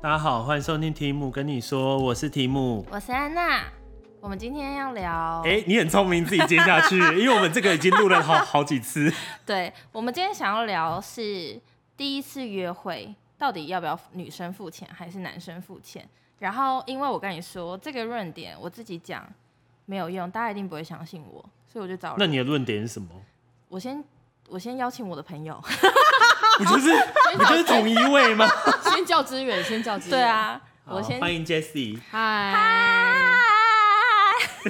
大家好，欢迎收听提姆跟你说，我是提姆。我是安娜。我们今天要聊，哎、你很聪明，自己接下 去，因为我们这个已经录了好好几次。对，我们今天想要聊是第一次约会到底要不要女生付钱还是男生付钱？然后，因为我跟你说这个论点，我自己讲没有用，大家一定不会相信我，所以我就找那了。你的论点是什 么？我先我先邀请我的朋友，你就是你就是同一位吗？先叫支援，先叫支援。对，啊，好我先欢迎 Jessie。嗨，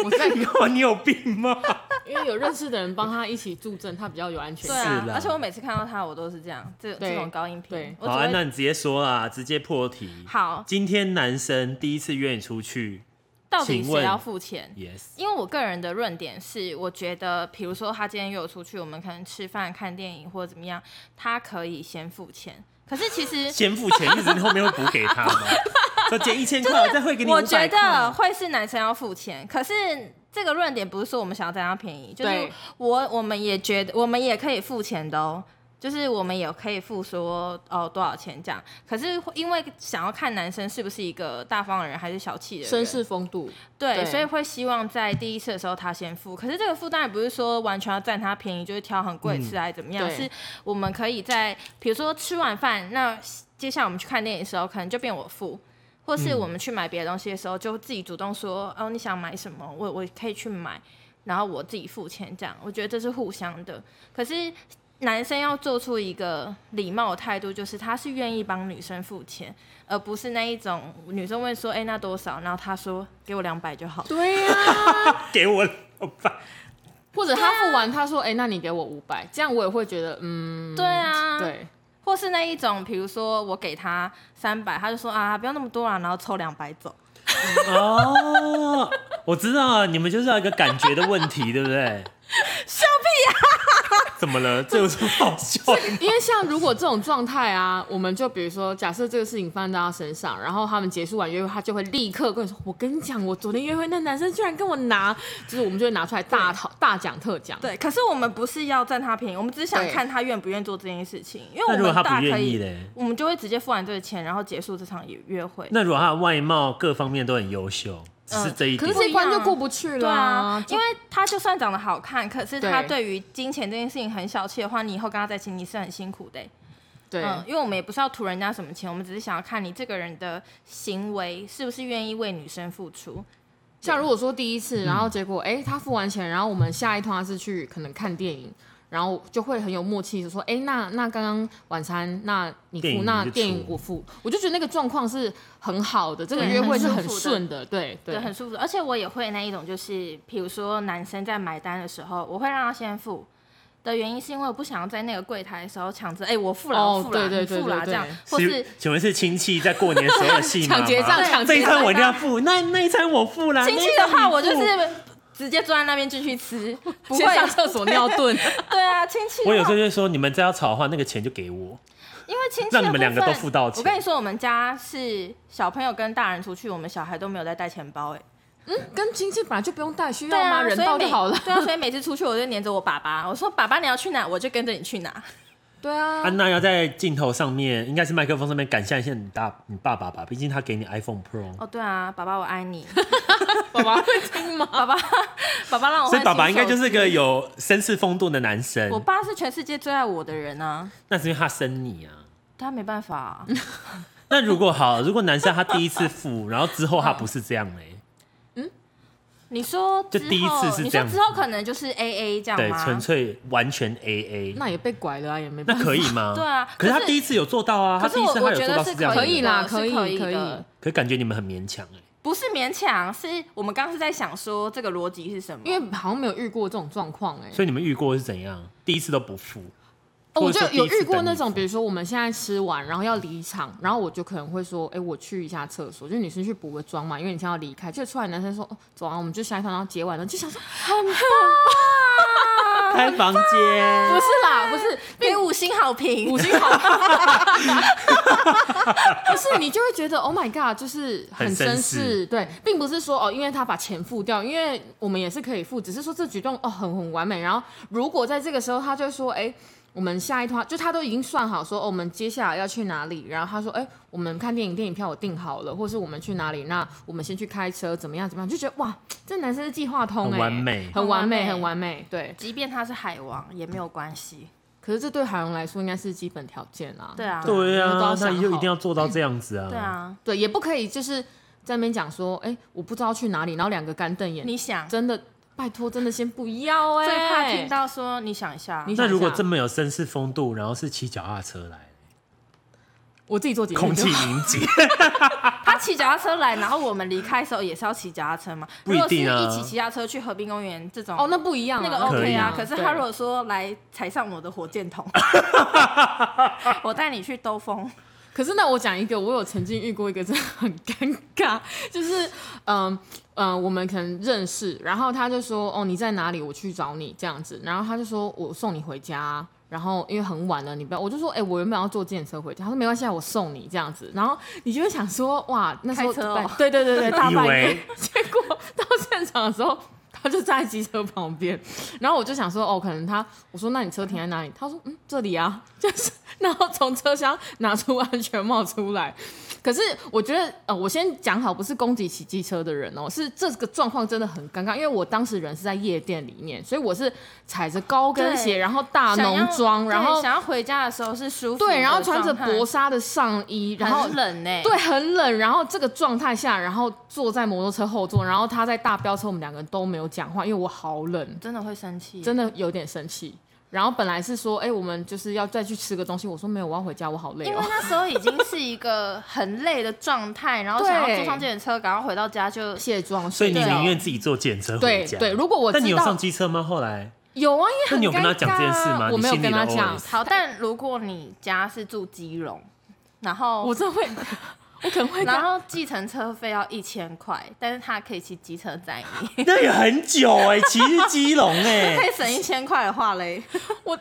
我在你干嘛？你有病吗？因为有认识的人帮他一起助阵，他比较有安全对感。啊是，啦而且我每次看到他，我都是这样，这对这种高音频对，我好只啊，那会你直接说啦，直接破题。好，今天男生第一次约你出去到底请谁问要付钱？ ，yes，因为我个人的论点是，我觉得，比如说他今天约我出去，我们可能吃饭、看电影或者怎么样，他可以先付钱。可是其实先付钱，意思你后面会补给他 吗？说减一千块，我再汇给你我五觉百得块。会是男生要付钱，可是这个论点不是说我们想要占他便宜，就是对我我们也觉得我们也可以付钱的哦。就是我们也可以付说哦多少钱这样，可是因为想要看男生是不是一个大方的人还是小气的人，绅士风度，对，对所以会希望在第一次的时候他先付。可是这个付当然不是说完全要占他便宜，就是挑很贵的吃还是怎么样，对是我们可以在比如说吃完饭，那接下来我们去看电影的时候，可能就变我付。或是我们去买别的东西的时候，就自己主动说哦，你想买什么，我我可以去买，然后我自己付钱，这样我觉得这是互相的。可是男生要做出一个礼貌的态度，就是他是愿意帮女生付钱，而不是那一种女生问说，哎、那多少？然后他说给我两百就好。对呀、给我两百， 或者他付完，他说：“哎、那你给我五啊百。”这样我也会觉得，嗯，对啊，，对，或是那一种，比如说我给他三百，他就说啊，不要那么多啦，然后抽两百走。哦，我知道啊，你们就是要一个感觉的问 题，对不对？笑啊屁呀、怎么了？这有什么好 笑的？因为像如果这种状态啊，我们就比如说，假设这个事情发生在他身上，然后他们结束完约会，他就会立刻跟你说：“我跟你讲，我昨天约会那男生居然跟我拿，就是我们就会拿出来大讨大讲特讲。”对，可是我们不是要占他便宜，我们只是想对看他愿不愿意做这件事情，因为那我如果们他不大可愿意以，嘞？我们就会直接付完这个钱，然后结束这场约约会。啊那如果他的外貌各方面都很优秀，只嗯是这一可点是，这一啊关就过不去对了、啊，就因为他就算长得好看，可是他对对于金钱这件事情很小气的话，你以后跟他在一起你是很辛苦的欸、对、啊嗯，因为我们也不是要图人家什么钱，我们只是想要看你这个人的行为是不是愿意为女生付出。像如果说第一次，然后结果哎、诶他付完钱，然后我们下一趟他是去可能看电影，然后就会很有默契，就说哎、诶那那刚刚晚餐那你电影付，你那就电影出我付，我就觉得那个状况是很好的，这个对约会是很很舒服的顺的，对对，很舒服。而且我也会那一种，就是比如说男生在买单的时候，我会让他先付。的原因是因为我不想要在那个柜台的时候抢着，哎、我付了，哦我付了，对对你付对了对这样对，或是请问是亲戚在过年时候的戏 码吗抢结账对抢这一结餐账，我 一定要付，那那一餐我付啦。亲戚啊那的一餐话，你我就是付直接坐在那边进去吃，不会先上厕所尿遁，对啊，亲戚的话。我有时候就说，你们这要吵的话，那个钱就给我。因为亲戚的让你们两个部分都付到钱我跟你说，我们家是小朋友跟大人出去，我们小孩都没有在带钱包、哎， 跟亲戚本来就不用带，需对要吗？啊，人所以到就每，好了对啊，所以每次出去我就黏着我爸爸，我说爸爸你要去哪，我就跟着你去哪。对嗯啊， 安娜要在镜头上面，应该是麦克风上面感谢一下你大你爸爸吧，毕竟他给你 iPhone Pro，、哦，对啊，爸爸我爱你，爸爸会听吗？爸爸 爸爸让我换所以爸爸应该新手就机是个有绅士风度的男生我。爸是全世界最爱我的人啊，那是因为他生你啊。他没办法啊、那如果好，如果男生他第一次付，然后之后他不是这样嘞、你说 就之后第一次是你这说样子之后可能就是 A A 这样对，吗？纯粹完全 A A， 那也被拐了啊，也没那办法。可以吗？对啊可是他可是第一次有做到啊，他可是第一我次他我有觉做得到是这样的可以啦的是可以以可以的，可是感觉你们很勉强哎、不是勉强，是我们刚刚是在想说这个逻辑是什么？因为好像没有遇过这种状况哎、所以你们遇过是怎样？第一次都不付，或哦，我者就说有第一次遇过等那你种，付比如说我们现在吃完，然后要离场，然后我就可能会说，哎、我去一下厕所，就女生去补个妆嘛，因为你现在要离开，就出来男生说，哦，走啊，我们就下一趟，然后结完了，就想说，开房间不是啦，不是，给五星好评五，星好 评，不是你就会觉得 Oh my God，就是很绅绅士士，对，并不是说哦，因为他把钱付掉，因为我们也是可以付，只是说这举动哦很很完美。然后如果在这个时候他就说，哎、我们下一趟就他都已经算好说、哦、我们接下来要去哪里，然后他说，哎、我们看电影电影票我订好了，或是我们去哪里，那我们先去开车怎么样怎么样，就觉得哇，这男生是计划通、哎，很完美很完美，很很完完美，对。即便他是海王也没有关系。可是这对海荣来说应该是基本条件啊，对啊，对你们都啊要，那想就一好定要做到这样子啊。对，啊，对，也不可以就是在那边讲说，哎、我不知道去哪里，然后两个干瞪眼，你想最真的拜托，真的先不要 哎、怕听到说你想一下，你那想如果一下这么有绅士风度，然后是骑脚踏车来，我自己做节目空气就好凝结，他骑脚踏车来，然后我们离开的时候也是要骑脚踏车嘛。不一定啊如果是一起骑脚踏车去河滨公园这种，哦，那不一样啊、那个可 OK 以啊。可对是他如果说来踩上我的火箭筒， 我带你去兜风，可是那我讲一个，我有曾经遇过一个真的很尴尬，就是嗯嗯、呃我们可能认识，然后他就说哦你在哪里，我去找你这样子，然后他就说我送你回家。然后因为很晚了，你不要，我就说，哎、我原本要坐电车回家，他说没关系，啊，我送你这样子。然后你就会想说，哇，那时候开车哦半对对对对，大以半夜为，结果到现场的时候，他就站在机车旁边，然后我就想说，哦，可能他，我说那你车停在哪里？他说，嗯，这里啊， 就是，然后从车厢拿出安全帽出来。可是我觉得，呃，我先讲好，不是攻击骑机车的人哦，是这个状况真的很尴尬，因为我当时人是在夜店里面，所以我是踩着高跟鞋，对然后大想要啊浓妆，然对后想要回家的时候是舒服的状态，对，然后穿着薄纱的上衣，然后很冷欸呢。对，很冷。然后这个状态下，然后坐在摩托车后座，然后他在大飙车，我们两个人都没有讲话，因为我好冷，真的会生气，真的有点生气。然后本来是说，哎、我们就是要再去吃个东西，我说没有，我要回家，我好累因哦为。那时候已经是一个很累的状态，然后想要坐上自行车，赶快回到家就卸妆，所以你睡觉宁愿自己坐检车回对家。对，如果我但你知有道上机车吗？后来有啊，因为那很你有跟他尴讲这件事尬啊吗我你没有心跟里哦他的讲， OS 好。但如果你家是住基隆，然后 我真的会，我可能会跟他然后计程车费要一千块，但是他可以骑机车载 你， 那也很久哎、欸，骑去基隆哎、可以省一千块的话嘞，我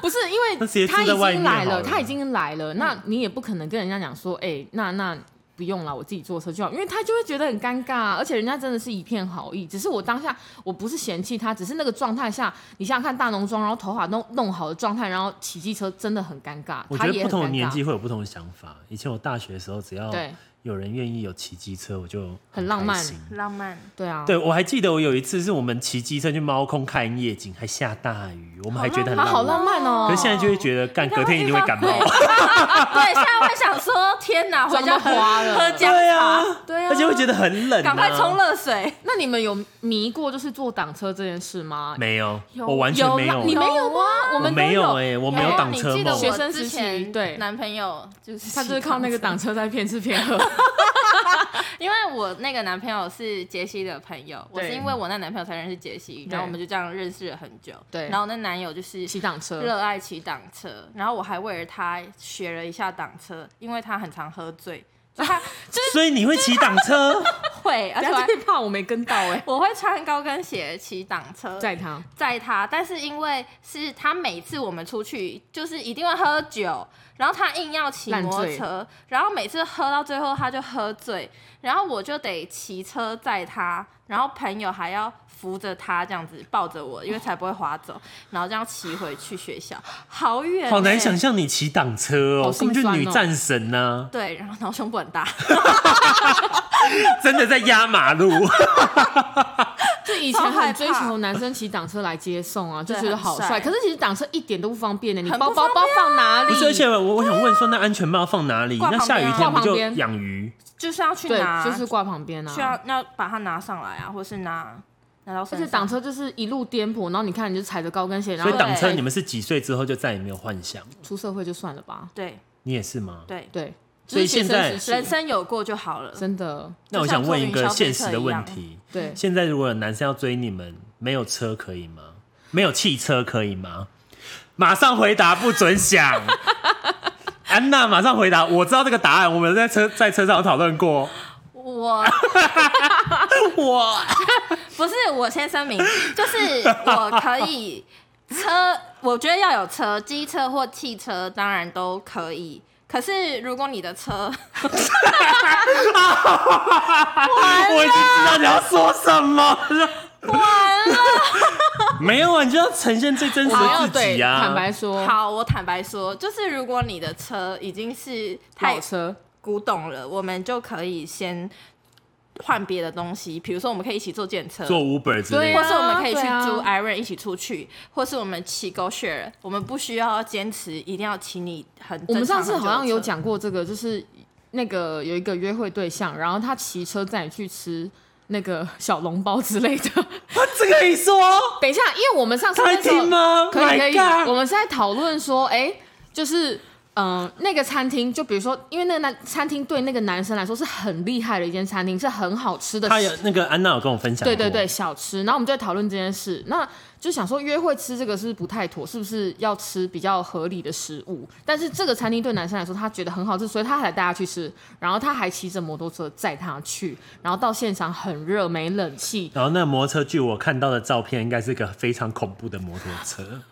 不是因那直接为住他已在外经面来好了，了他已经来了，那你也不可能跟人家讲说，哎、那那不用了，我自己坐车就好，因为他就会觉得很尴尬啊，而且人家真的是一片好意，只是我当下我不是嫌弃他，只是那个状态下，你想想看大浓妆，然后头发弄弄好的状态，然后骑机车真的很尴尬，我他觉也得不同很的尴年尬纪。会有不同的想法。以前我大学的时候，只要对有人愿意有骑机车，我就很浪漫开心浪漫。对啊，对，我还记得我有一次是我们骑机车去猫空看夜景，还下大雨，我们还觉得很他好浪漫。浪漫哦、可是现在就会觉得，干隔天一定会感冒。 对，现在会想说，天 哪，回妆都家花了喝姜对茶，啊，对啊而且会觉得很冷、啊。赶快冲！热水。那你们有迷过就是坐挡车这件事吗？没有，我完全有没啦有。你没有有吗？我我们都没有有哎、我没有挡车你记梦得。学我生时之期前对男朋友就是他就是靠那个挡。挡车在骗吃骗喝。因为我那个男朋友是杰西的朋友，我是对因为我那男朋友才认识杰西，然后我们就这样认识了很久。对然后那男友就是骑挡车热爱骑挡车，然后我还为了他学了一下挡车，因为他很常喝醉，就他所以你会骑挡 车？会，而且我还怕我没跟到 哎、 我会穿高跟鞋骑挡车，载他载他，但是因为是他每次我们出去就是一定会喝酒，然后他硬要骑摩托车，然后每次喝到最后他就喝醉，然后我就得骑车载他，然后朋友还要扶着他这样子抱着我，因为才不会滑走，然后这样骑回去学校，好远、欸好难想。象你骑挡车哦，好根心本就是酸女哦战神啊呐、对，然后然后胸部很大， 真的在压马路。就以超前害怕很追求男生骑挡车来接送啊，就觉得好很帅帅。可是其实挡车一点都不方便的、欸你很包不方啊包包放哪里不？是，而且我我想问说，那安全帽放哪里？挂那旁下边啊雨天我们挂旁就边养鱼，就是要去对拿，，就是挂旁边需啊。要要把它拿上来啊，或是拿拿到身而上。且挡车就是一路颠簸，然后你看你就踩着高跟鞋，然所后以挡车对你们是几岁之后就再也没有幻想？出社会就算了吧。对你也是吗？对，对，所以就是现学生在时期人生有过就好了。真的那我想问一个现实的问题：对，现在如果有男生要追你们，没有车可以吗？没有汽车可以吗？马上回答，不准想。安娜马上回答，我知道这个答案，我们在车在车上有讨论过。我我不是，我先声明，就是我可以车，我觉得要有车，机车或汽车当然都可以。可是如果你的车， 我已经知道你要说什么了。完了，没有啊，你就要呈现最真实我要的自己啊对，呀、坦白说，好，我坦白说，就是如果你的车已经是太老车，古董了，我们就可以先换别的东西，比如说我们可以一起坐电车，做 Uber 之类对的或啊。是我们可以去对啊租 Iron 一起出去，或是我们骑 Go Share，我们不需要坚持一定要骑你很。我们上次正常很久好的像有车，讲过这个，就是那个有一个约会对象，然后他骑车载你去吃那个小笼包之类的。他这个你说，等一下，因为我们上次他那会时候听 Oh 吗可以可 My 以， God 我们是在讨论说，哎、就是嗯、呃那个餐厅，就比如说，因为那个男餐厅对那个男生来说是很厉害的一间餐厅，是很好吃的他有那个安娜有跟我分享，对对对，，小吃。然后我们就在讨论这件事，那就想说约会吃这个是不是不太妥，是不是要吃比较合理的食物？但是这个餐厅对男生来说，他觉得很好吃，所以他还带他去吃，然后他还骑着摩托车载他去，然后到现场很热，没冷气，然后那摩托车，据我看到的照片，应该是个非常恐怖的摩托 车。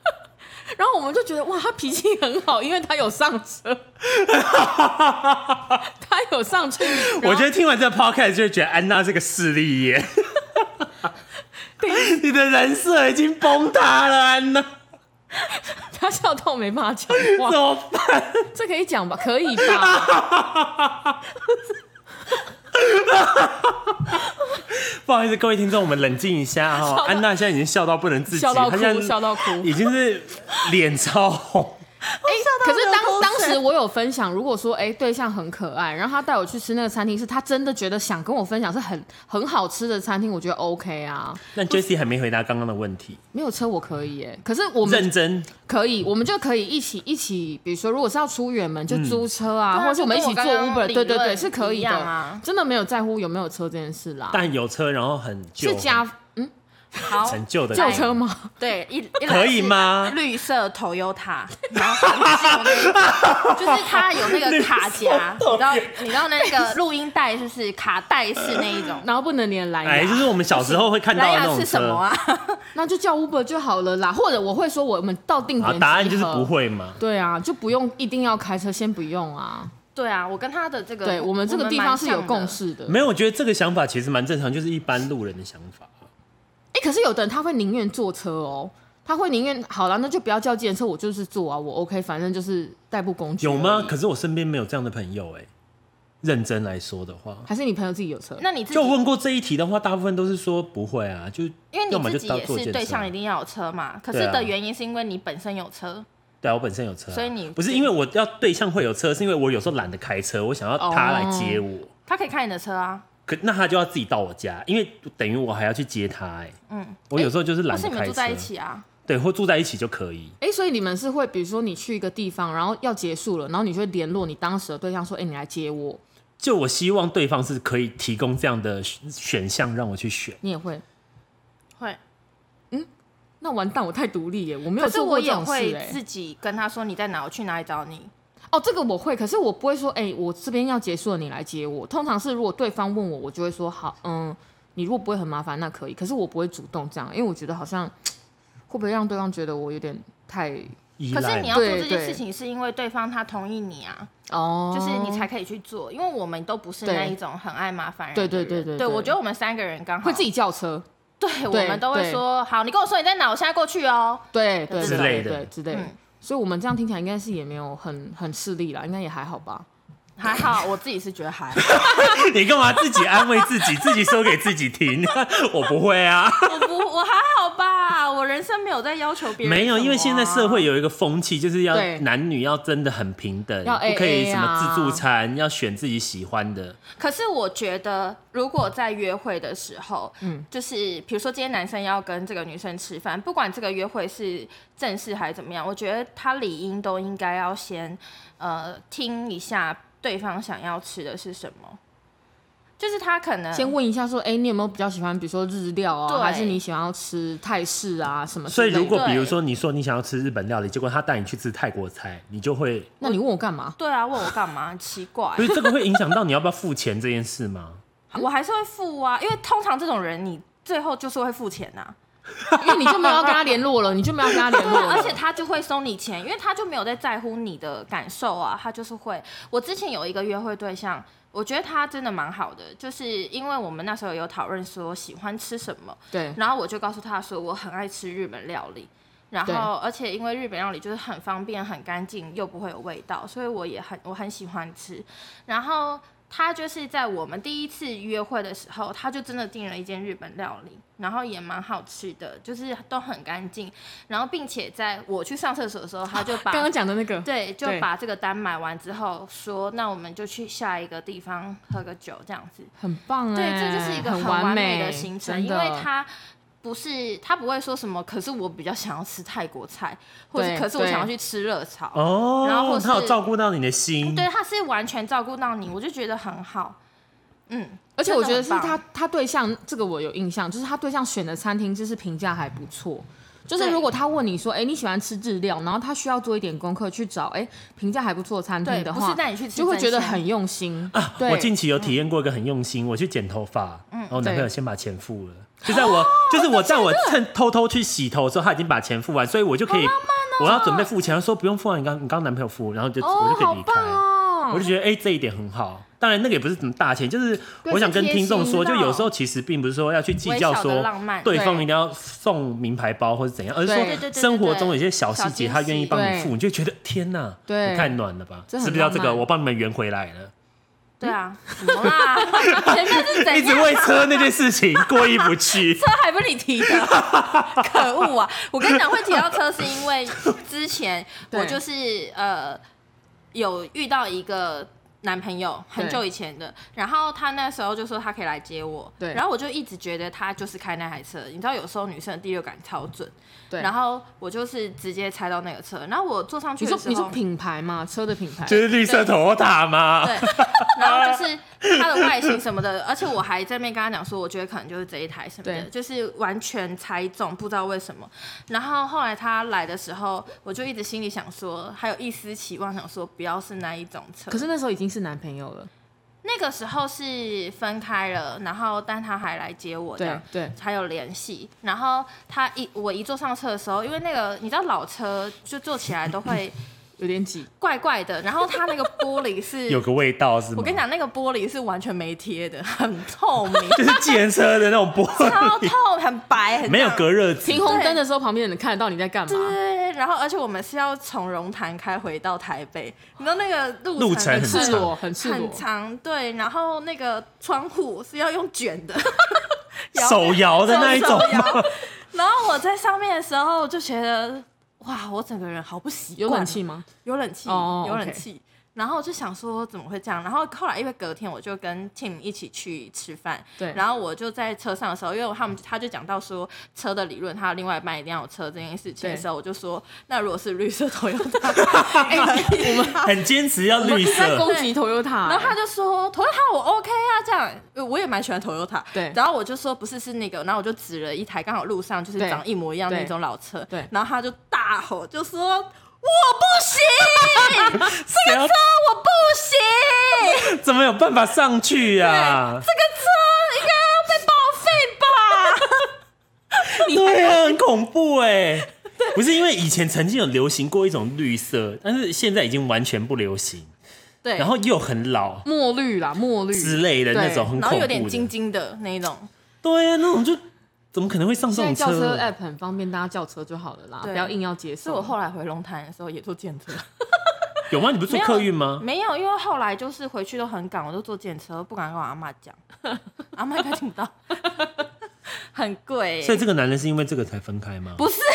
然后我们就觉得哇，他脾气很好，因为他有上 车，他有上去。我觉得得听完这 podcast 就觉得安娜是个势利眼， 你的人设已经崩塌了，安娜他笑到我没办法讲怎话，么办？这可以讲吧？可以吧？不好意思，各位听众，我们冷静一 下哈、安娜现在已经笑到不 能自己，笑到她现哭，在笑 到哭。已经是脸超 红。哎可是当当时我有分享，如果说哎、对象很可爱，然后他带我去吃那个餐厅，是他真的觉得想跟我分享是很很好吃的餐厅，我觉得 OK 啊。那 Jessie 还没回答刚刚的问题，没有车我可以耶、可是我认们真可以，我们就可以一起一起，比如说如果是要出远门就租车啊，对啊或者是我们一起就坐跟我刚刚 Uber，理对对对，论是可以一的。样啊真的没有在乎有没有车这件事啦，但有车，然后很旧，是加 好，很旧的旧那车种。吗？对，一一来可以是吗绿色 Toyota，然后很旧那个，就是它有那个卡夹，你知道你知道那个录音带就是卡带式那一 种。然后不能连蓝牙，哎，就是我们小时候会看到蓝的那牙种啊是什么车，啊？那就叫 Uber 就好了啦。或者我会说我们到定啊，点，答案就是不。会嘛。对啊，就不用一定要开车，先不用啊。对啊，我跟他的这个，对我们这个地方是有蛮共像的。识的。没有，我觉得这个想法其实蛮正常，就是一般路人的想法。哎、可是有的人他会宁愿坐车哦，他会宁愿好了，那就不要叫计程车，我就是坐啊，我 OK，反正就是代步工具。有吗？？可是我身边没有这样的朋友哎、认真来说的话，还是你朋友自己有车？那你自己就问过这一题的话，大部分都是说不会啊，就因为要么你就自己到也做是健对身啊象一定要有车嘛，可是对啊的原因是因为你本身有车，对啊，我本身有车啊、所以你不是因为我要对象会有车，是因为我有时候懒得开车，我想要他来接我。他可以开你的车啊。可那他就要自己到我家，因为等于我还要去接他哎、嗯，我有时候就是或懒是得你开们车。住在一起啊？对，或住在一起就可以。哎、所以你们是会，比如说你去一个地方，然后要结束了，然后你就会联络你当时的对象说，哎、你来接我，就我希望对方是可以提供这样的选选项让我去选。你也会。会，那完蛋，我太独立耶，我没有可是做我过这也种事会哎。自己跟他说你在哪，我去哪里找你。哦，这个我会，可是我不会说，哎、我这边要结束了，你来接我。通常是如果对方问我，我就会说好，嗯，你如果不会很麻烦，那可以。可是我不会主动这样，因为我觉得好像会不会让对方觉得我有点太依可是赖嘛你要做对这件对事情，是因为对方他同意你啊，哦，就是你才可以去做。因为我们都不是那对一种很爱麻烦人的对人。对对对对对我觉得我们三个人刚好会自，己叫车，对，我对们都会对说好，你跟我说你在哪，我现在过去哦。对对之对类对的对之类的嗯。所以我们这样听起来应该是也没有很很势利啦，应该也还好吧。还好，我自己是觉得还好。 你干嘛自己安慰自己，自己说给自己听？我不会啊， 我不，我还好吧，我人生没有在要求别 人、啊没有，因为现在社会有，有一个风气，就是要对男女要真的很平等，要不可以 AA 什么啊自助餐，要选自己喜欢的。可是我觉得如果在约会的时候，嗯，就是比如说今天男生要跟这个女生吃饭，不管这个约会是正式还是怎么样，我觉得他理应都应该要先呃听一下对方想要吃的是什么，就是他可能先问一下说，哎、你有没有比较喜欢，比如说日料啊，嗯对还是你想要吃泰式啊什么之所以类的？如果对比如说你说你想要吃日本料理，结果他带你去吃泰国菜，你就会 那你问我干嘛？对啊，问我干嘛？很奇怪 不，是这个会影响到你要不要付钱这件事吗？我还是会付啊，因为通常这种人你最后就是会付钱呐、啊因为你就没有要跟他联络了，你就没有要跟他联络对啊，了。 而且他就会收你钱，因为他就没有在在乎你的感受啊，他就是会。我之前有一个约会对象，我觉得他真的蛮好的，就是因为我们那时候有讨论说喜欢吃什么， 对，然后我就告诉他说我很爱吃日本料理，然后而且因为日本料理就是很方便、很干净，又不会有味道，所以我也很我很喜欢吃。然后他就是在我们第一次约会的时候，他就真的订了一间日本料理，然后也蛮好吃的，就是都很干净。然后并且在我去上厕所的时候，他就 把刚刚讲的那个，对，就对把这个单买完之后说，那我们就去下一个地方喝个酒这样子。很棒哎、对，这就是一个很完美的行程，真因的为它不是它不会说什么，可是我比较想要吃泰国菜，或者对可是我对想要去吃热炒。哦，然后或是他有照顾到你的心，对，啊他是完全照顾到你，我就觉得很好。嗯，而且我觉得是真的很他棒他对象这个我有印象，就是他对象选的餐厅就是评价还不错。就是对如果他问你说，哎、你喜欢吃日料，然后他需要做一点功课去找，哎、评价还不错的餐厅对，的不话是，带你去吃，就会觉得很。用心。对，嗯我近期有体验过一个很用心，我去剪头发，然后我男朋友对哦先把钱付了，就在我就是我在我趁偷偷去洗头的时候，他已经把钱付完，所以我就可以，我要准备付钱，他说不用付啊，你刚你刚男朋友付，然后就我啊哦就，可好以离开棒，我哦！就觉得哎这一点很好。当然，那个也不是什么大钱，就是对我想跟是贴听众心说，的就有时候其实并不是说要去计微较小的说浪漫对对方一定要送名牌包或者怎样，而是对对对说对对生活对中有些小小细节惊他愿意喜帮你对付，你就觉得天哪，对你太暖了吧？这是很不是要这个？浪漫我帮你们圆回来了。对啊，什嗯么啦？ 前面是 一怎直样？为车那件事 情过意不去。车还不是你提的， 可恶啊！我跟你讲，会提到车是因为之前 对我就是呃有遇到一个男朋友，很对久以前的，然后他那时候就说他可以来接我，对然后我就一直觉得他就是开那台车，你知道有时候女生的第六感超准，对，然后我就是直接猜到那个车，然后我坐上去你的时说候，你说品牌嘛，车的品牌，是绿色头塔吗？对， 然后就是它的外形什么的， 而且我还在那边跟他讲说，我觉得可能就是这一台什么的，对就是完全猜中，不知道为什么。然后后来他来的时候，我就一直心里想说，还有一丝期望，想说不要是那一种车。可是那时候已经是男朋友了，那个时候是分开了，然后但他还来接我这对样。对，还有联系，然后他一我一坐上车的时候，因为那个你知道老车就坐起来都会有点挤，怪怪的，然后他那个玻璃 是有个味道是吗？我跟你，讲，那个玻璃是完全没贴的，很透明， 就是健车的那种玻超璃，透，很白，很没有亮隔热纸停。红灯的时候，旁边的人看得到你在干嘛对。对对，然后而且我们是要从龙潭开回到台北，你知道那个路路程程很很赤裸，很赤裸很，长，对，然后那个窗户是要用卷的，摇手摇的哦那一种手吗？摇然后我在上面的时候就觉得，哇，我整个人好不习惯，有冷气，吗？有冷气，哦有 OK 冷气。然后我就想说怎么会这样？然后后来因为隔天我就跟 Tim 一起去吃饭，对然后我就在车上的时候，因为他们他就讲到说车的理论，他的另外一半一定要有车这件事情的对时候，我就说那如果是绿色 Toyota， 哎很坚持要绿在色，攻击 Toyota，然后他就说 Toyota 我 OK 啊，这样呃我也蛮喜欢 Toyota。对然后我就说不是是那个，然后我就指了一台刚好路上就是对长一模一样那对种老车，对然后他就大吼就说我 不行，这个谁要车啊我不行。怎么有办法上去啊呀？对啊，很恐怖哎。不是因为以前曾经有流行过一种绿色，但是现在已经完全不流行，对，嗯然后又很老墨绿啦，墨绿之类的那种，很恐然后怖有点晶的。晶的那一种，对啊，那种就怎么可能会上这现在种叫车呃 app 很方便，大家叫车就好了啦，不对要硬要接所以受。我后来回龙潭的时候也坐电车，有吗？你不是坐没有客运吗？ 没有，因为后来就是回去都很赶，我都坐电车，不敢跟我阿妈讲， 阿妈应该听不到， 很贵、所以这个男人是因为这个才分开吗？欸不是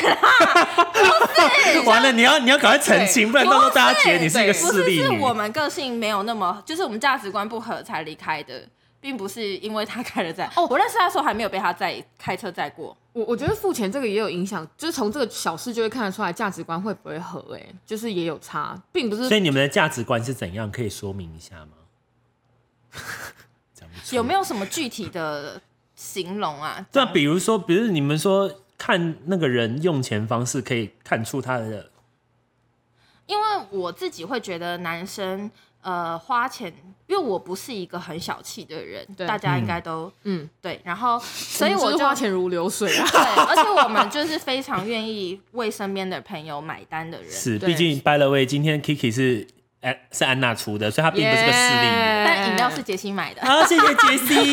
完了，你要你要赶快澄清，不然到时候大家觉得你是一个不势是利是女。我们个性没有那么，就是我们价值观不合才离开的，并不是因为他开了载。哦，我认识他的时候还没有被他载开车载过，我我觉得付钱这个也有影响，就是从这个小事就会看得出来价值观会不会合、哎，就是也有差，并不是所以你们的价值观是怎样？可以说明一下吗？讲不出 有没有？有什么具体的形容啊？那比如说，比如你们说看那个人用钱方式，可以看出他的因为我自己会觉得男生呃花钱，因为我不是一个很小气的人，对大家应该都嗯，对，然 后所以我我们就就是。花。钱如流水啊对，而且我们就是非常愿意为身边的朋友买单的人。是，对毕竟 by the way，今天 Kiki 是安是安娜出的，所以 它并不是个 势利眼。但饮料是杰西哎买的，好，谢谢杰西。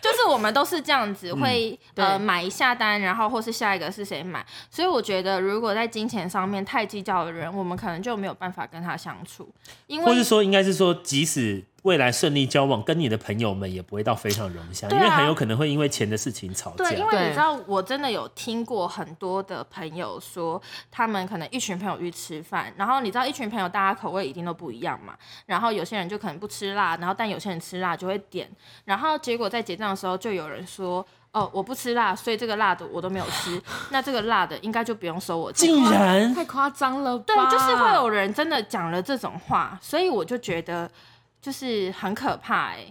就是我们都是这样嗯子，会、对呃买一下单，然后或是下一个是谁买。所以我觉得，如果在金钱上面太计较的人，我们可能就没有办法跟他相处，因或是为说，应该是说，即使未来顺利交往，跟你的朋友们也不会到非常融洽，对因啊为很有可能会因为钱的事情吵架对，。因为对你知道，我真的有听过很多的朋友说，他们可能一群朋友去吃饭，然后你知道一群朋友大家口味一定都不一样嘛，然后有些人就可能不吃辣，然后但有些人吃辣就会点，然后结果在结账的时候就有人说。哦，我不吃辣，所以这个辣的我都没有吃。那这个辣的应该就不用收我钱。竟然太夸张了吧？对，就是会有人真的讲了这种话，所以我就觉得就是很可怕哎、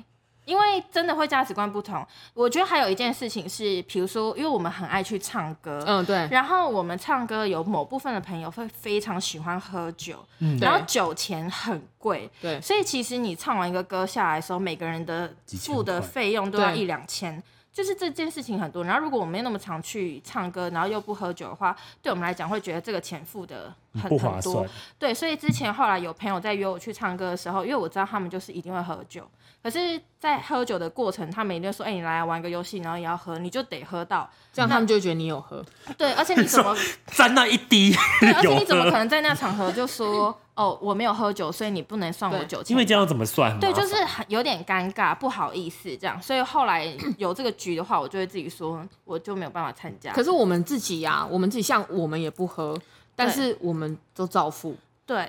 因为真的会价值观不同。我觉得还有一件事情是，比如说，因为我们很爱去唱歌，嗯，对，然后我们唱歌有某部分的朋友会非常喜欢喝酒，然后对酒钱很贵，对所以其实你唱完一个歌下来的时候，每个人的几千付的块费用都要对一两千，就是这件事情很多。然后如果我没有那么常去唱歌，然后又不喝酒的话，对我们来讲会觉得这个钱付的很不划很多算。，对，所以之前后来有朋友在约我去唱歌的时候，因为我知道他们就是一定会喝酒，可是，在喝酒的过程，他们一定会说：“哎、你来玩个游戏，然后也要喝，你就得喝到。这样他们就会觉得你有喝。”对，而且你怎么沾那一滴 对，而且有你怎么喝可能在那场合就说哦我没有喝酒，所以你不能算我对酒钱？因为这样要怎么算嘛？对，就是很有点尴尬，不好意思这样。所以后来有这个局的话，我就会自己说，我就没有办法参加。可是我们自己呀、我们自己像我们也不喝，但是我们都照付。对，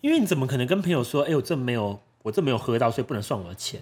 因为你怎么可能跟朋友说，哎、我这没有，我这没有喝到，所以不能算我的钱。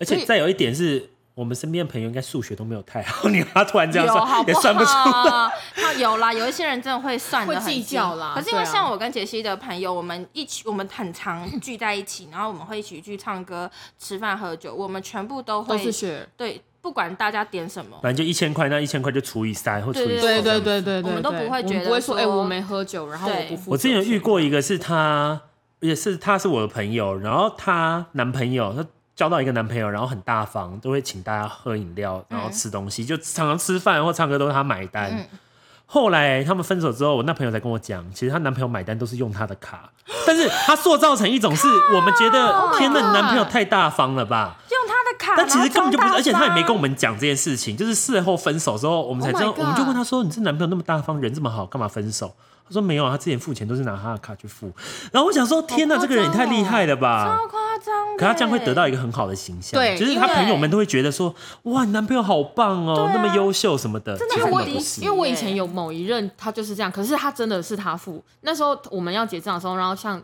而所且以再有一点是，我们身边的朋友应该数学都没有太好，你他突然这样有算好也不算不出。好？他哦有啦，有一些人真的会算的会计较啦可是因为对啊像我跟杰西的朋友，我们一起，我们很常聚在一起，然后我们会一起去唱歌、吃饭、喝酒，我们全部都会都是雪，对，不管大家点什么，反正就一千块，那一千块就除以三或除以对四对这对样对对对，我们都不会对觉得我们不会说说，哎、我没喝酒，然后我对不付。我之前有遇，过一个是她，也是她是我的朋友，然后她男朋友她交到一个男朋友，然后很大方，都会请大家喝饮料，然后吃东西，就常常吃饭或唱歌都是她买单。嗯后来他们分手之后，我那朋友才跟我讲，其实她男朋友买单都是用她的卡，但是她塑造成一种是我们觉得 my 天呐，你 God 男朋友太大方了吧？用他的卡，但其实根本就不然是，后装大而且他也没方跟我们讲这件事情，就是事后分手之后，我们才知道 Oh my 我们就 God 问他说：“你这男朋友那么大方，人这么好，干嘛分手？”他说：“没有啊，他之前付钱都是拿他的卡去付。”然后我想说：“天哪，夸哦这个人也太厉害了吧超！”夸张的。可他这样会得到一个很好的形象，对就是他因为朋友们都会觉得说：“哇，你男朋友好棒哦，对啊那么优秀什么的。”真的其实很根我本低不级是因为我以前有某一任他就是这样，可是他真的是他付。那时候我们要结账的时候，然后像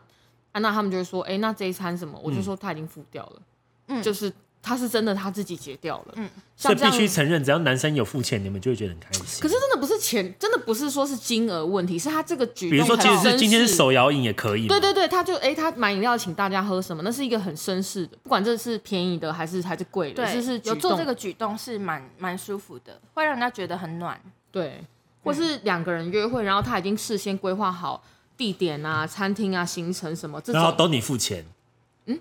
安娜他们就会说，哎、那这一餐什么？我就说他已经付掉了，嗯就是他是真的他自己结掉了，嗯，所像以这必样须承认，只要男生有付钱，你们就会觉得很开心。可是，真的不是钱，真的不是说是金额问题，是他这个举动比如说，很即使是绅今天是士手摇饮也可以嘛，对对对，他就哎、诶他买饮料请大家喝什么，那是一个很绅士的，不管这是便宜的还是还是贵的，对，就是举有做动这个举动是蛮蛮舒服的，会让人家觉得很暖。对，或是两个人约会，然后他已经事先规划好地点啊、餐厅啊、行程什么这然后种，都你付钱。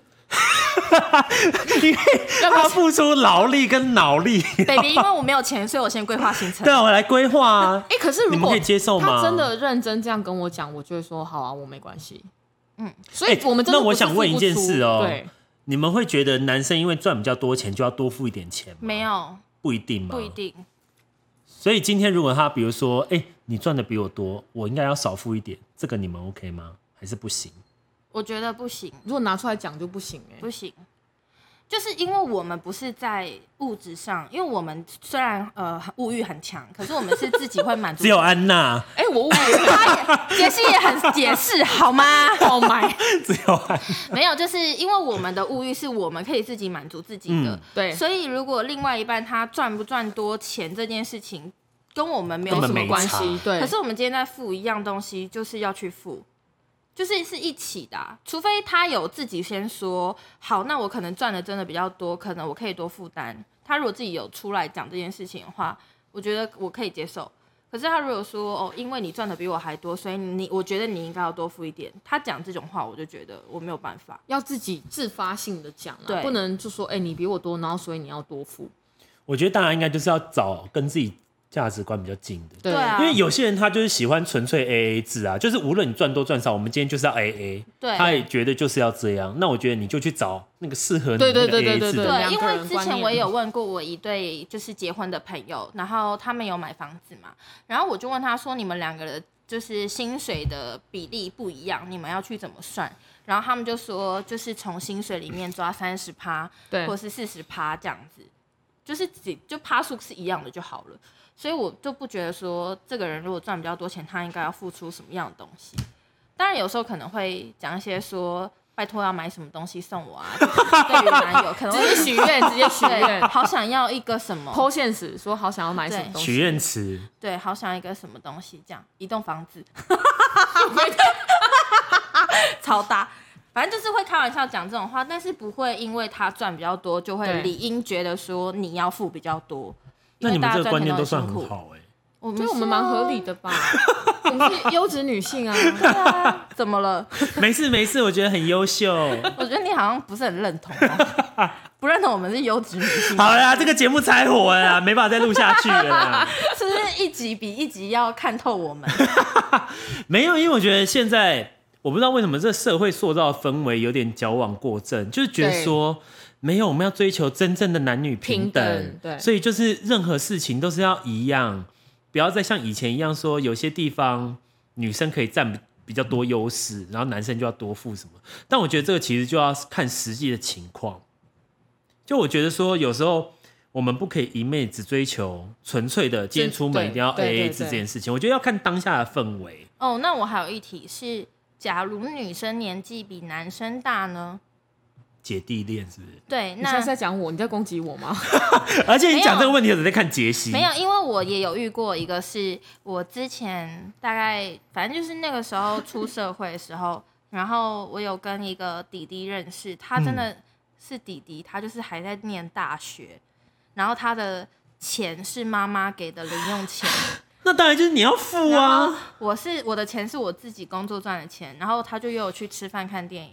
嗯， 因为他付出劳力跟脑力， baby，因为我没有钱，所以我先规划行程对。啊，我来规划啊。哎、可是你们如果可以接受吗他真的认真这样跟我讲，我就会说好啊，我没关系。嗯嗯，所以诶我们真的那我不是想付问不一件出事哦对，你们会觉得男生因为赚比较多钱就要多付一点钱吗？没，有，不一定嘛。不一。定。所以今天如果他比如说，哎、你赚的比我多，我应该要少付一点，这个你们 OK 吗？还是不行？我觉得不行，如果拿出来讲就不行哎、不行，就是因为我们不是在物质上，因为我们虽然呃物欲很强，可是我们是自己会满 足。只有啊安娜，哎、我误会了杰西也 很解释好吗？ ，Oh my，只有安娜。没有，就是因为我们的物欲是我们可以自己满足自己的，嗯对所以如果另外一半他赚不赚多钱这件事情跟我们没有根本什么没关差系对，可是我们今天在付一样东西，就是要去付，就是是一起的啊、除非他有自己先说好，那我可能赚的真的比较多，可能我可以多负担。他如果自己有出来讲这件事情的话，我觉得我可以接受。可是他如果说哦，因为你赚的比我还多，所以你我觉得你应该要多付一点。他讲这种话，我就觉得我没有办法。要自己自发性的讲啊对，不能就说哎、你比我多，然后所以你要多付。我觉得大家应该就是要找跟自己价值观比较近的。对对啊因为有些人他就是喜欢纯粹 A A 制啊，就是无论你赚多赚少，我们今天就是要 A A，对他也觉得就是要这样。那我觉得你就去找那个适合你对那个对对 A A 对制对的。对，两因个为人之观前念我也有问过我一对就是结婚的朋友，然后他们有买房子嘛，然后我就问他说，你们两个的就是薪水的比例不一样，你们要去怎么算？然后他们就说，就是从薪水里面抓三十趴，对或是四十趴这样子，就是只就趴数是一样的就好了。所以我就不觉得说，这个人如果赚比较多钱，他应该要付出什么样的东西。当然，有时候可能会讲一些说，拜托要买什么东西送我啊。对于男友，可能会直接许愿，直接 许对，愿，好想要一个什么，剖现实说好想要买什么东许西，愿池，对，好想要一个什么东西，这样一栋房子， 超大。反正就是会开玩笑讲这种话，但是不会因为他赚比较多，就会对理应觉得说你要付比较多。那你因为们大家这个观念都赚算钱都很很辛苦，好哎、 我就是们我们蛮合理的。的 吧？我们是优质女性啊，对啊， 怎么了？没事没事，我觉得很优秀。 我觉得你好像不是很认同哦， 不认同我们是优质女性， 好啦，这个节目拆火了啦，没办法再录下去了啦。是不是一集比一集要看透我们？没有，因为我觉得现在我不知道为什么这社会塑造的氛围有点矫枉过正，就是觉得对说没有，我们要追求真正的男女平等，平等对所以就是任何事情都是要一样，不要再像以前一样说有些地方女生可以占比比较多优势，然后男生就要多付什么。但我觉得这个其实就要看实际的情况。就我觉得说，有时候我们不可以一昧只追求纯粹的今天这出门对一定要对 A A 对制对这件事情，我觉得要看当下的氛围。哦，那我还有一题是，假如女生年纪比男生大呢？姐弟恋是不是？对，你现在那是在讲我，你在攻击我 吗？ 而且你没讲有这个问题，我在看杰西，没有，因为我也有遇过一个是，我之前大概反正就是那个时候出社会的时候，然后我有跟一个弟弟认识，他真的是弟弟，他就是还在念大学，然后他的钱是妈妈给的零用钱，那当然就是你要付然后啊。我是我的钱是我自己工作赚的钱，然后他就约我去吃饭看电影，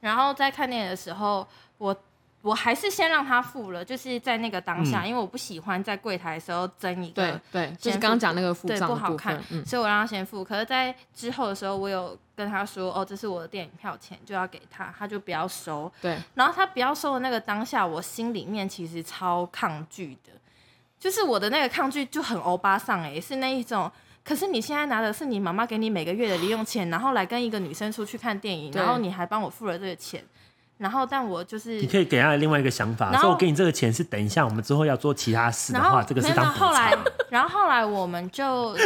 然后在看电影的时候，我我还是先让他付了，就是在那个当下，因为我不喜欢在柜台的时候争一嗯对个对，就是刚刚讲那个付对账的不好部看分，，嗯，所以我让他先付。可是，在之后的时候，我有跟他说，哦，这是我的电影票钱，就要给他，他就不要收。对，然后他不要收的那个当下，我心里面其实超抗拒的，就是我的那个抗拒就很欧巴桑哎、是那一种。可是你现在拿的是你妈妈给你每个月的零用钱，然后来跟一个女生出去看电影，对然后你还帮我付了这个钱，然后但我就是你可以给他另外一个想法，然后说我给你这个钱是等一下我们之后要做其他事的然后话，这个是没有当没有补 后来偿。，然后后来我们就，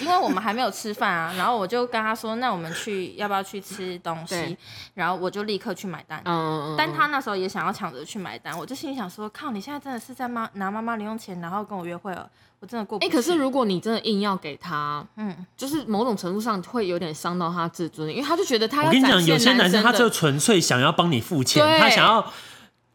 因为我们还没有吃饭啊，然后我就跟他说，那我们去要不要去吃东西对？然后我就立刻去买单。嗯嗯嗯，但他那时候也想要抢着去买单，我就心里想说：靠，你现在真的是在妈拿妈妈零用钱，然后跟我约会了，我真的过不哎，去。可是如果你真的硬要给他，嗯，就是某种程度上会有点伤到他自尊，因为他就觉得他我要跟你展讲，有些现男生生他的就纯粹想要帮你付钱，对他想要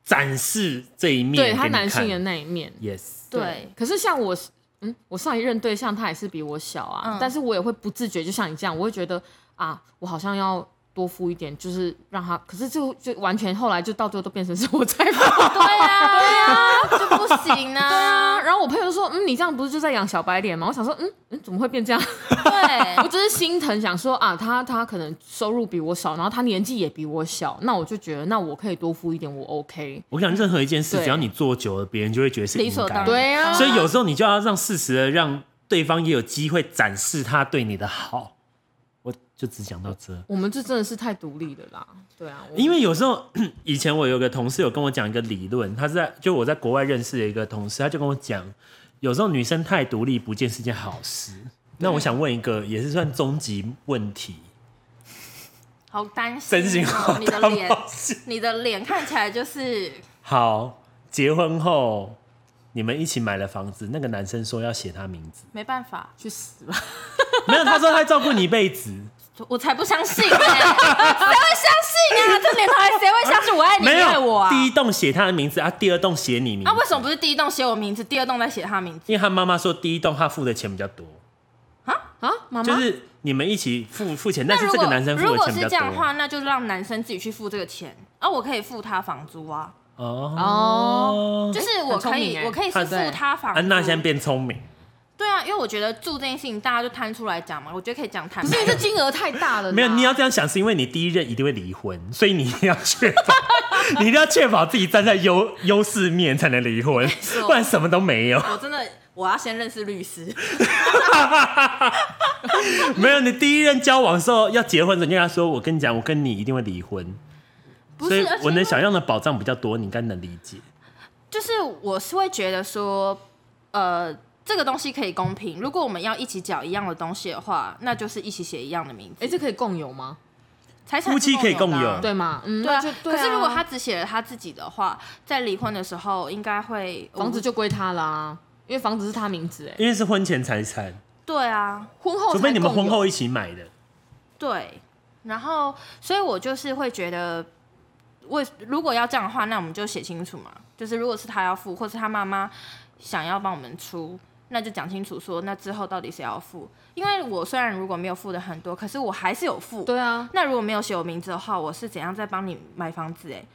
展示这一面对给你他看。男性的那一面， yes，对，可是像我，嗯，我上一任对象他也是比我小啊，嗯但是我也会不自觉，就像你这样，我会觉得啊，我好像要多付一点，就是让他。可是就就完全后来就到最后都变成是我在 付。对啊，对啊，就不行啊，然后我朋友就说：“嗯，你这样不是就在养小白脸吗？”我想说：“嗯嗯，怎么会变这样？啊我 对，啊只是心疼，想说啊，他他可能收入比我少，然后他年纪也比我小，那我就觉得那我可以多付一点，我 OK。我想任何一件事，对只要你做久了，别人就会觉得是理所应该当的然。对啊所以有时候你就要让适时的让对方也有机会展示他对你的好。我就只讲到这。我们这真的是太独立了啦，对啊，我因为有时候 以前我有个同事有跟我讲一个理论，他是在就我在国外认识的一个同事，他就跟我讲，有时候女生太独立不见是件好事。那我想问一个，也是算终极问题，好担心哦，真心话你的大脸冒，险 你的脸看起来就是好，结婚后你们一起买了房子，那个男生说要写他名字， 没办法，去死吧。没有，他说他照顾你一辈子，我才不相信、 欸，谁会相信啊？这年头还谁会相信我爱你，你没爱我有，啊？第一栋写他的名字啊，第二栋写你名字，啊，为什么不是第一栋写我名字，第二栋再写他名字？因为他妈妈说第一栋他付的钱比较多，啊，妈妈，就是你们一起付付钱，但是如这个果男生付如的果钱比是较这样的多话，那就让男生自己去付这个钱啊，我可以付他房租啊，哦哦就是我可很聪以嗯明欸我可以是付他房租。啊安娜现在变聪明，对啊，因为我觉得住这件事情，大家就摊出来讲嘛，我觉得可以讲坦可白是因为这金额太大了啦，没嗯有，你要这样想，是因为你第一任一定会离婚，所以你一定要确保， 你一定要确保自己站在优优势面才能离婚，不然什么都没 有。 我真的我要先认识 律师，没有，你第一任交往的时候要结婚的时候，你就跟他说：“我跟你讲，我跟你一定会离婚。”不所以是，而且我能想象的保障比较多，你应该能理解。就是我是会觉得说，呃，这个东西可以公平。如果我们要一起缴一样的东西的话，那就是一起写一样的名字。哎，这可以共有吗？财产夫是妻可以共共的有啊对吗？嗯，对啊那就对啊可是如果他只写了他自己的话，在离婚的时候应该会房子就归他啦，因为房子是他名字哎，因为是婚前财哦产，对啊，婚后才除非你们共有婚后一起买的，对。然后，所以我就是会觉得，为如果要这样的话，那我们就写清楚嘛。就是如果是他要付，或是他妈妈想要帮我们出，那就讲清楚说，那之后到底谁要付？因为我虽然如果没有付的很多，可是我还是有付。对啊，那如果没有写我名字的话，我是怎样在帮你买房子、欸？哎，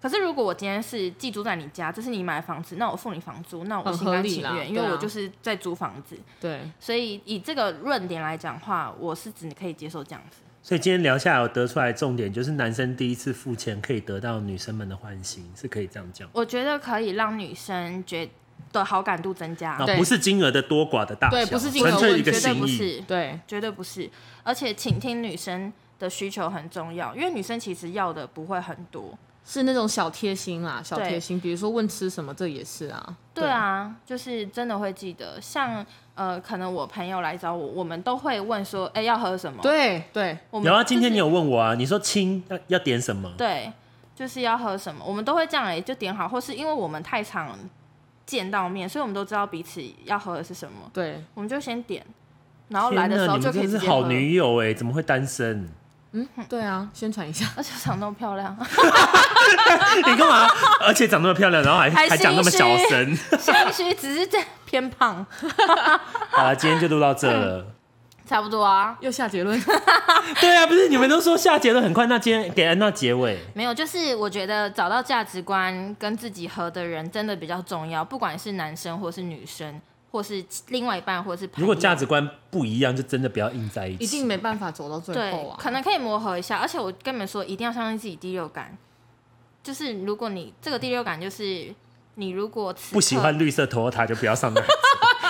可是如果我今天是寄住在你家，这是你买的房子，那我付你房租，那我很心合甘理情啦愿，因对为啊我就是在租房子。对，所以以这个论点来讲的话，我是只可以接受这样子。所以今天聊下来，我得出来的重点就是，男生第一次付钱可以得到女生们的欢心，是可以这样讲。我觉得可以让女生觉得好感度增加啊，，对不是金额的多寡的大小，对不是金额纯粹一问个绝题对心不意。是，对，绝对不是。而且倾听女生的需求很重要，因为女生其实要的不会很多。是那种小贴心啦，小对贴心，比如说问吃什么，这也是啊，对，啊，就是真的会记得，像呃，可能我朋友来找我，我们都会问说，哎、要喝什么？，对对，我们有啊，就是今天你有问我啊，你说亲要要点什么？对，就是要喝什么，我们都会这样哎、就点好，或是因为我们太常见到面，所以我们都知道彼此要喝的是什么，对，我们就先点，然后天来的时哪候你们就可以真直是接好喝女友哎、怎么会单身？ 嗯，对啊，宣传一下， 而且长那么漂亮，啊你干嘛？而且长那么漂亮，然后还还还讲那么心虚小 声。心虚，只是这偏胖， 好了，今天就录到这了。差不多啊。又下 结论，对啊，不是你们都说下结论很快，那今天给安娜结尾。没有，就是我觉得找到价值观跟自己合的人真的比较重要，不管是男生或是女生，或是另外一半，或是朋友如果价值观不一样，就真的不要硬在一起。一定没办法走到最对后，啊，可能可以磨合一下。而且我跟你们说，一定要相信自己第六感，就是如果你这个第六感就是你如果此刻不喜欢绿色头塔就不要上 那，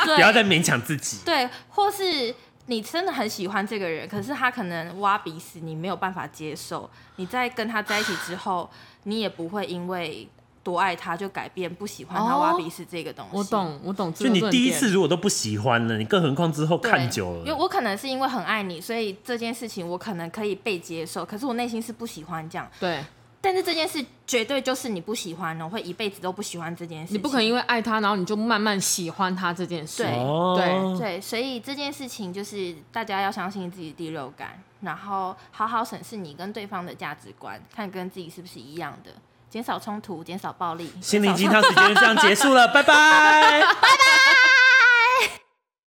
对不要再勉强自己。对，或是你真的很喜欢这个人，可是他可能挖鼻屎，你没有办法接受。你在跟他在一起之 后，你也不会因为多爱他就改变不喜欢他哦挖鼻屎这个东西。我懂我懂，就你第一次如果都不喜欢了，你更何况之后对。看久因为了，我可能是因为很爱你，所以这件事情我可能可以被接受，可是我内心是不喜欢这样。对但是这件事绝对就是你不喜欢的，哦会一辈子都不喜欢这件事情。你不可能因为爱他，然后你就慢慢喜欢他这件事，对哦，对，所以这件事情就是大家要相信自己的第六感，然后好好审视你跟对方的价值观，看跟自己是不是一样的，减少冲突，减少暴力。心灵减鸡少汤时间就这样结束了，拜拜。拜拜。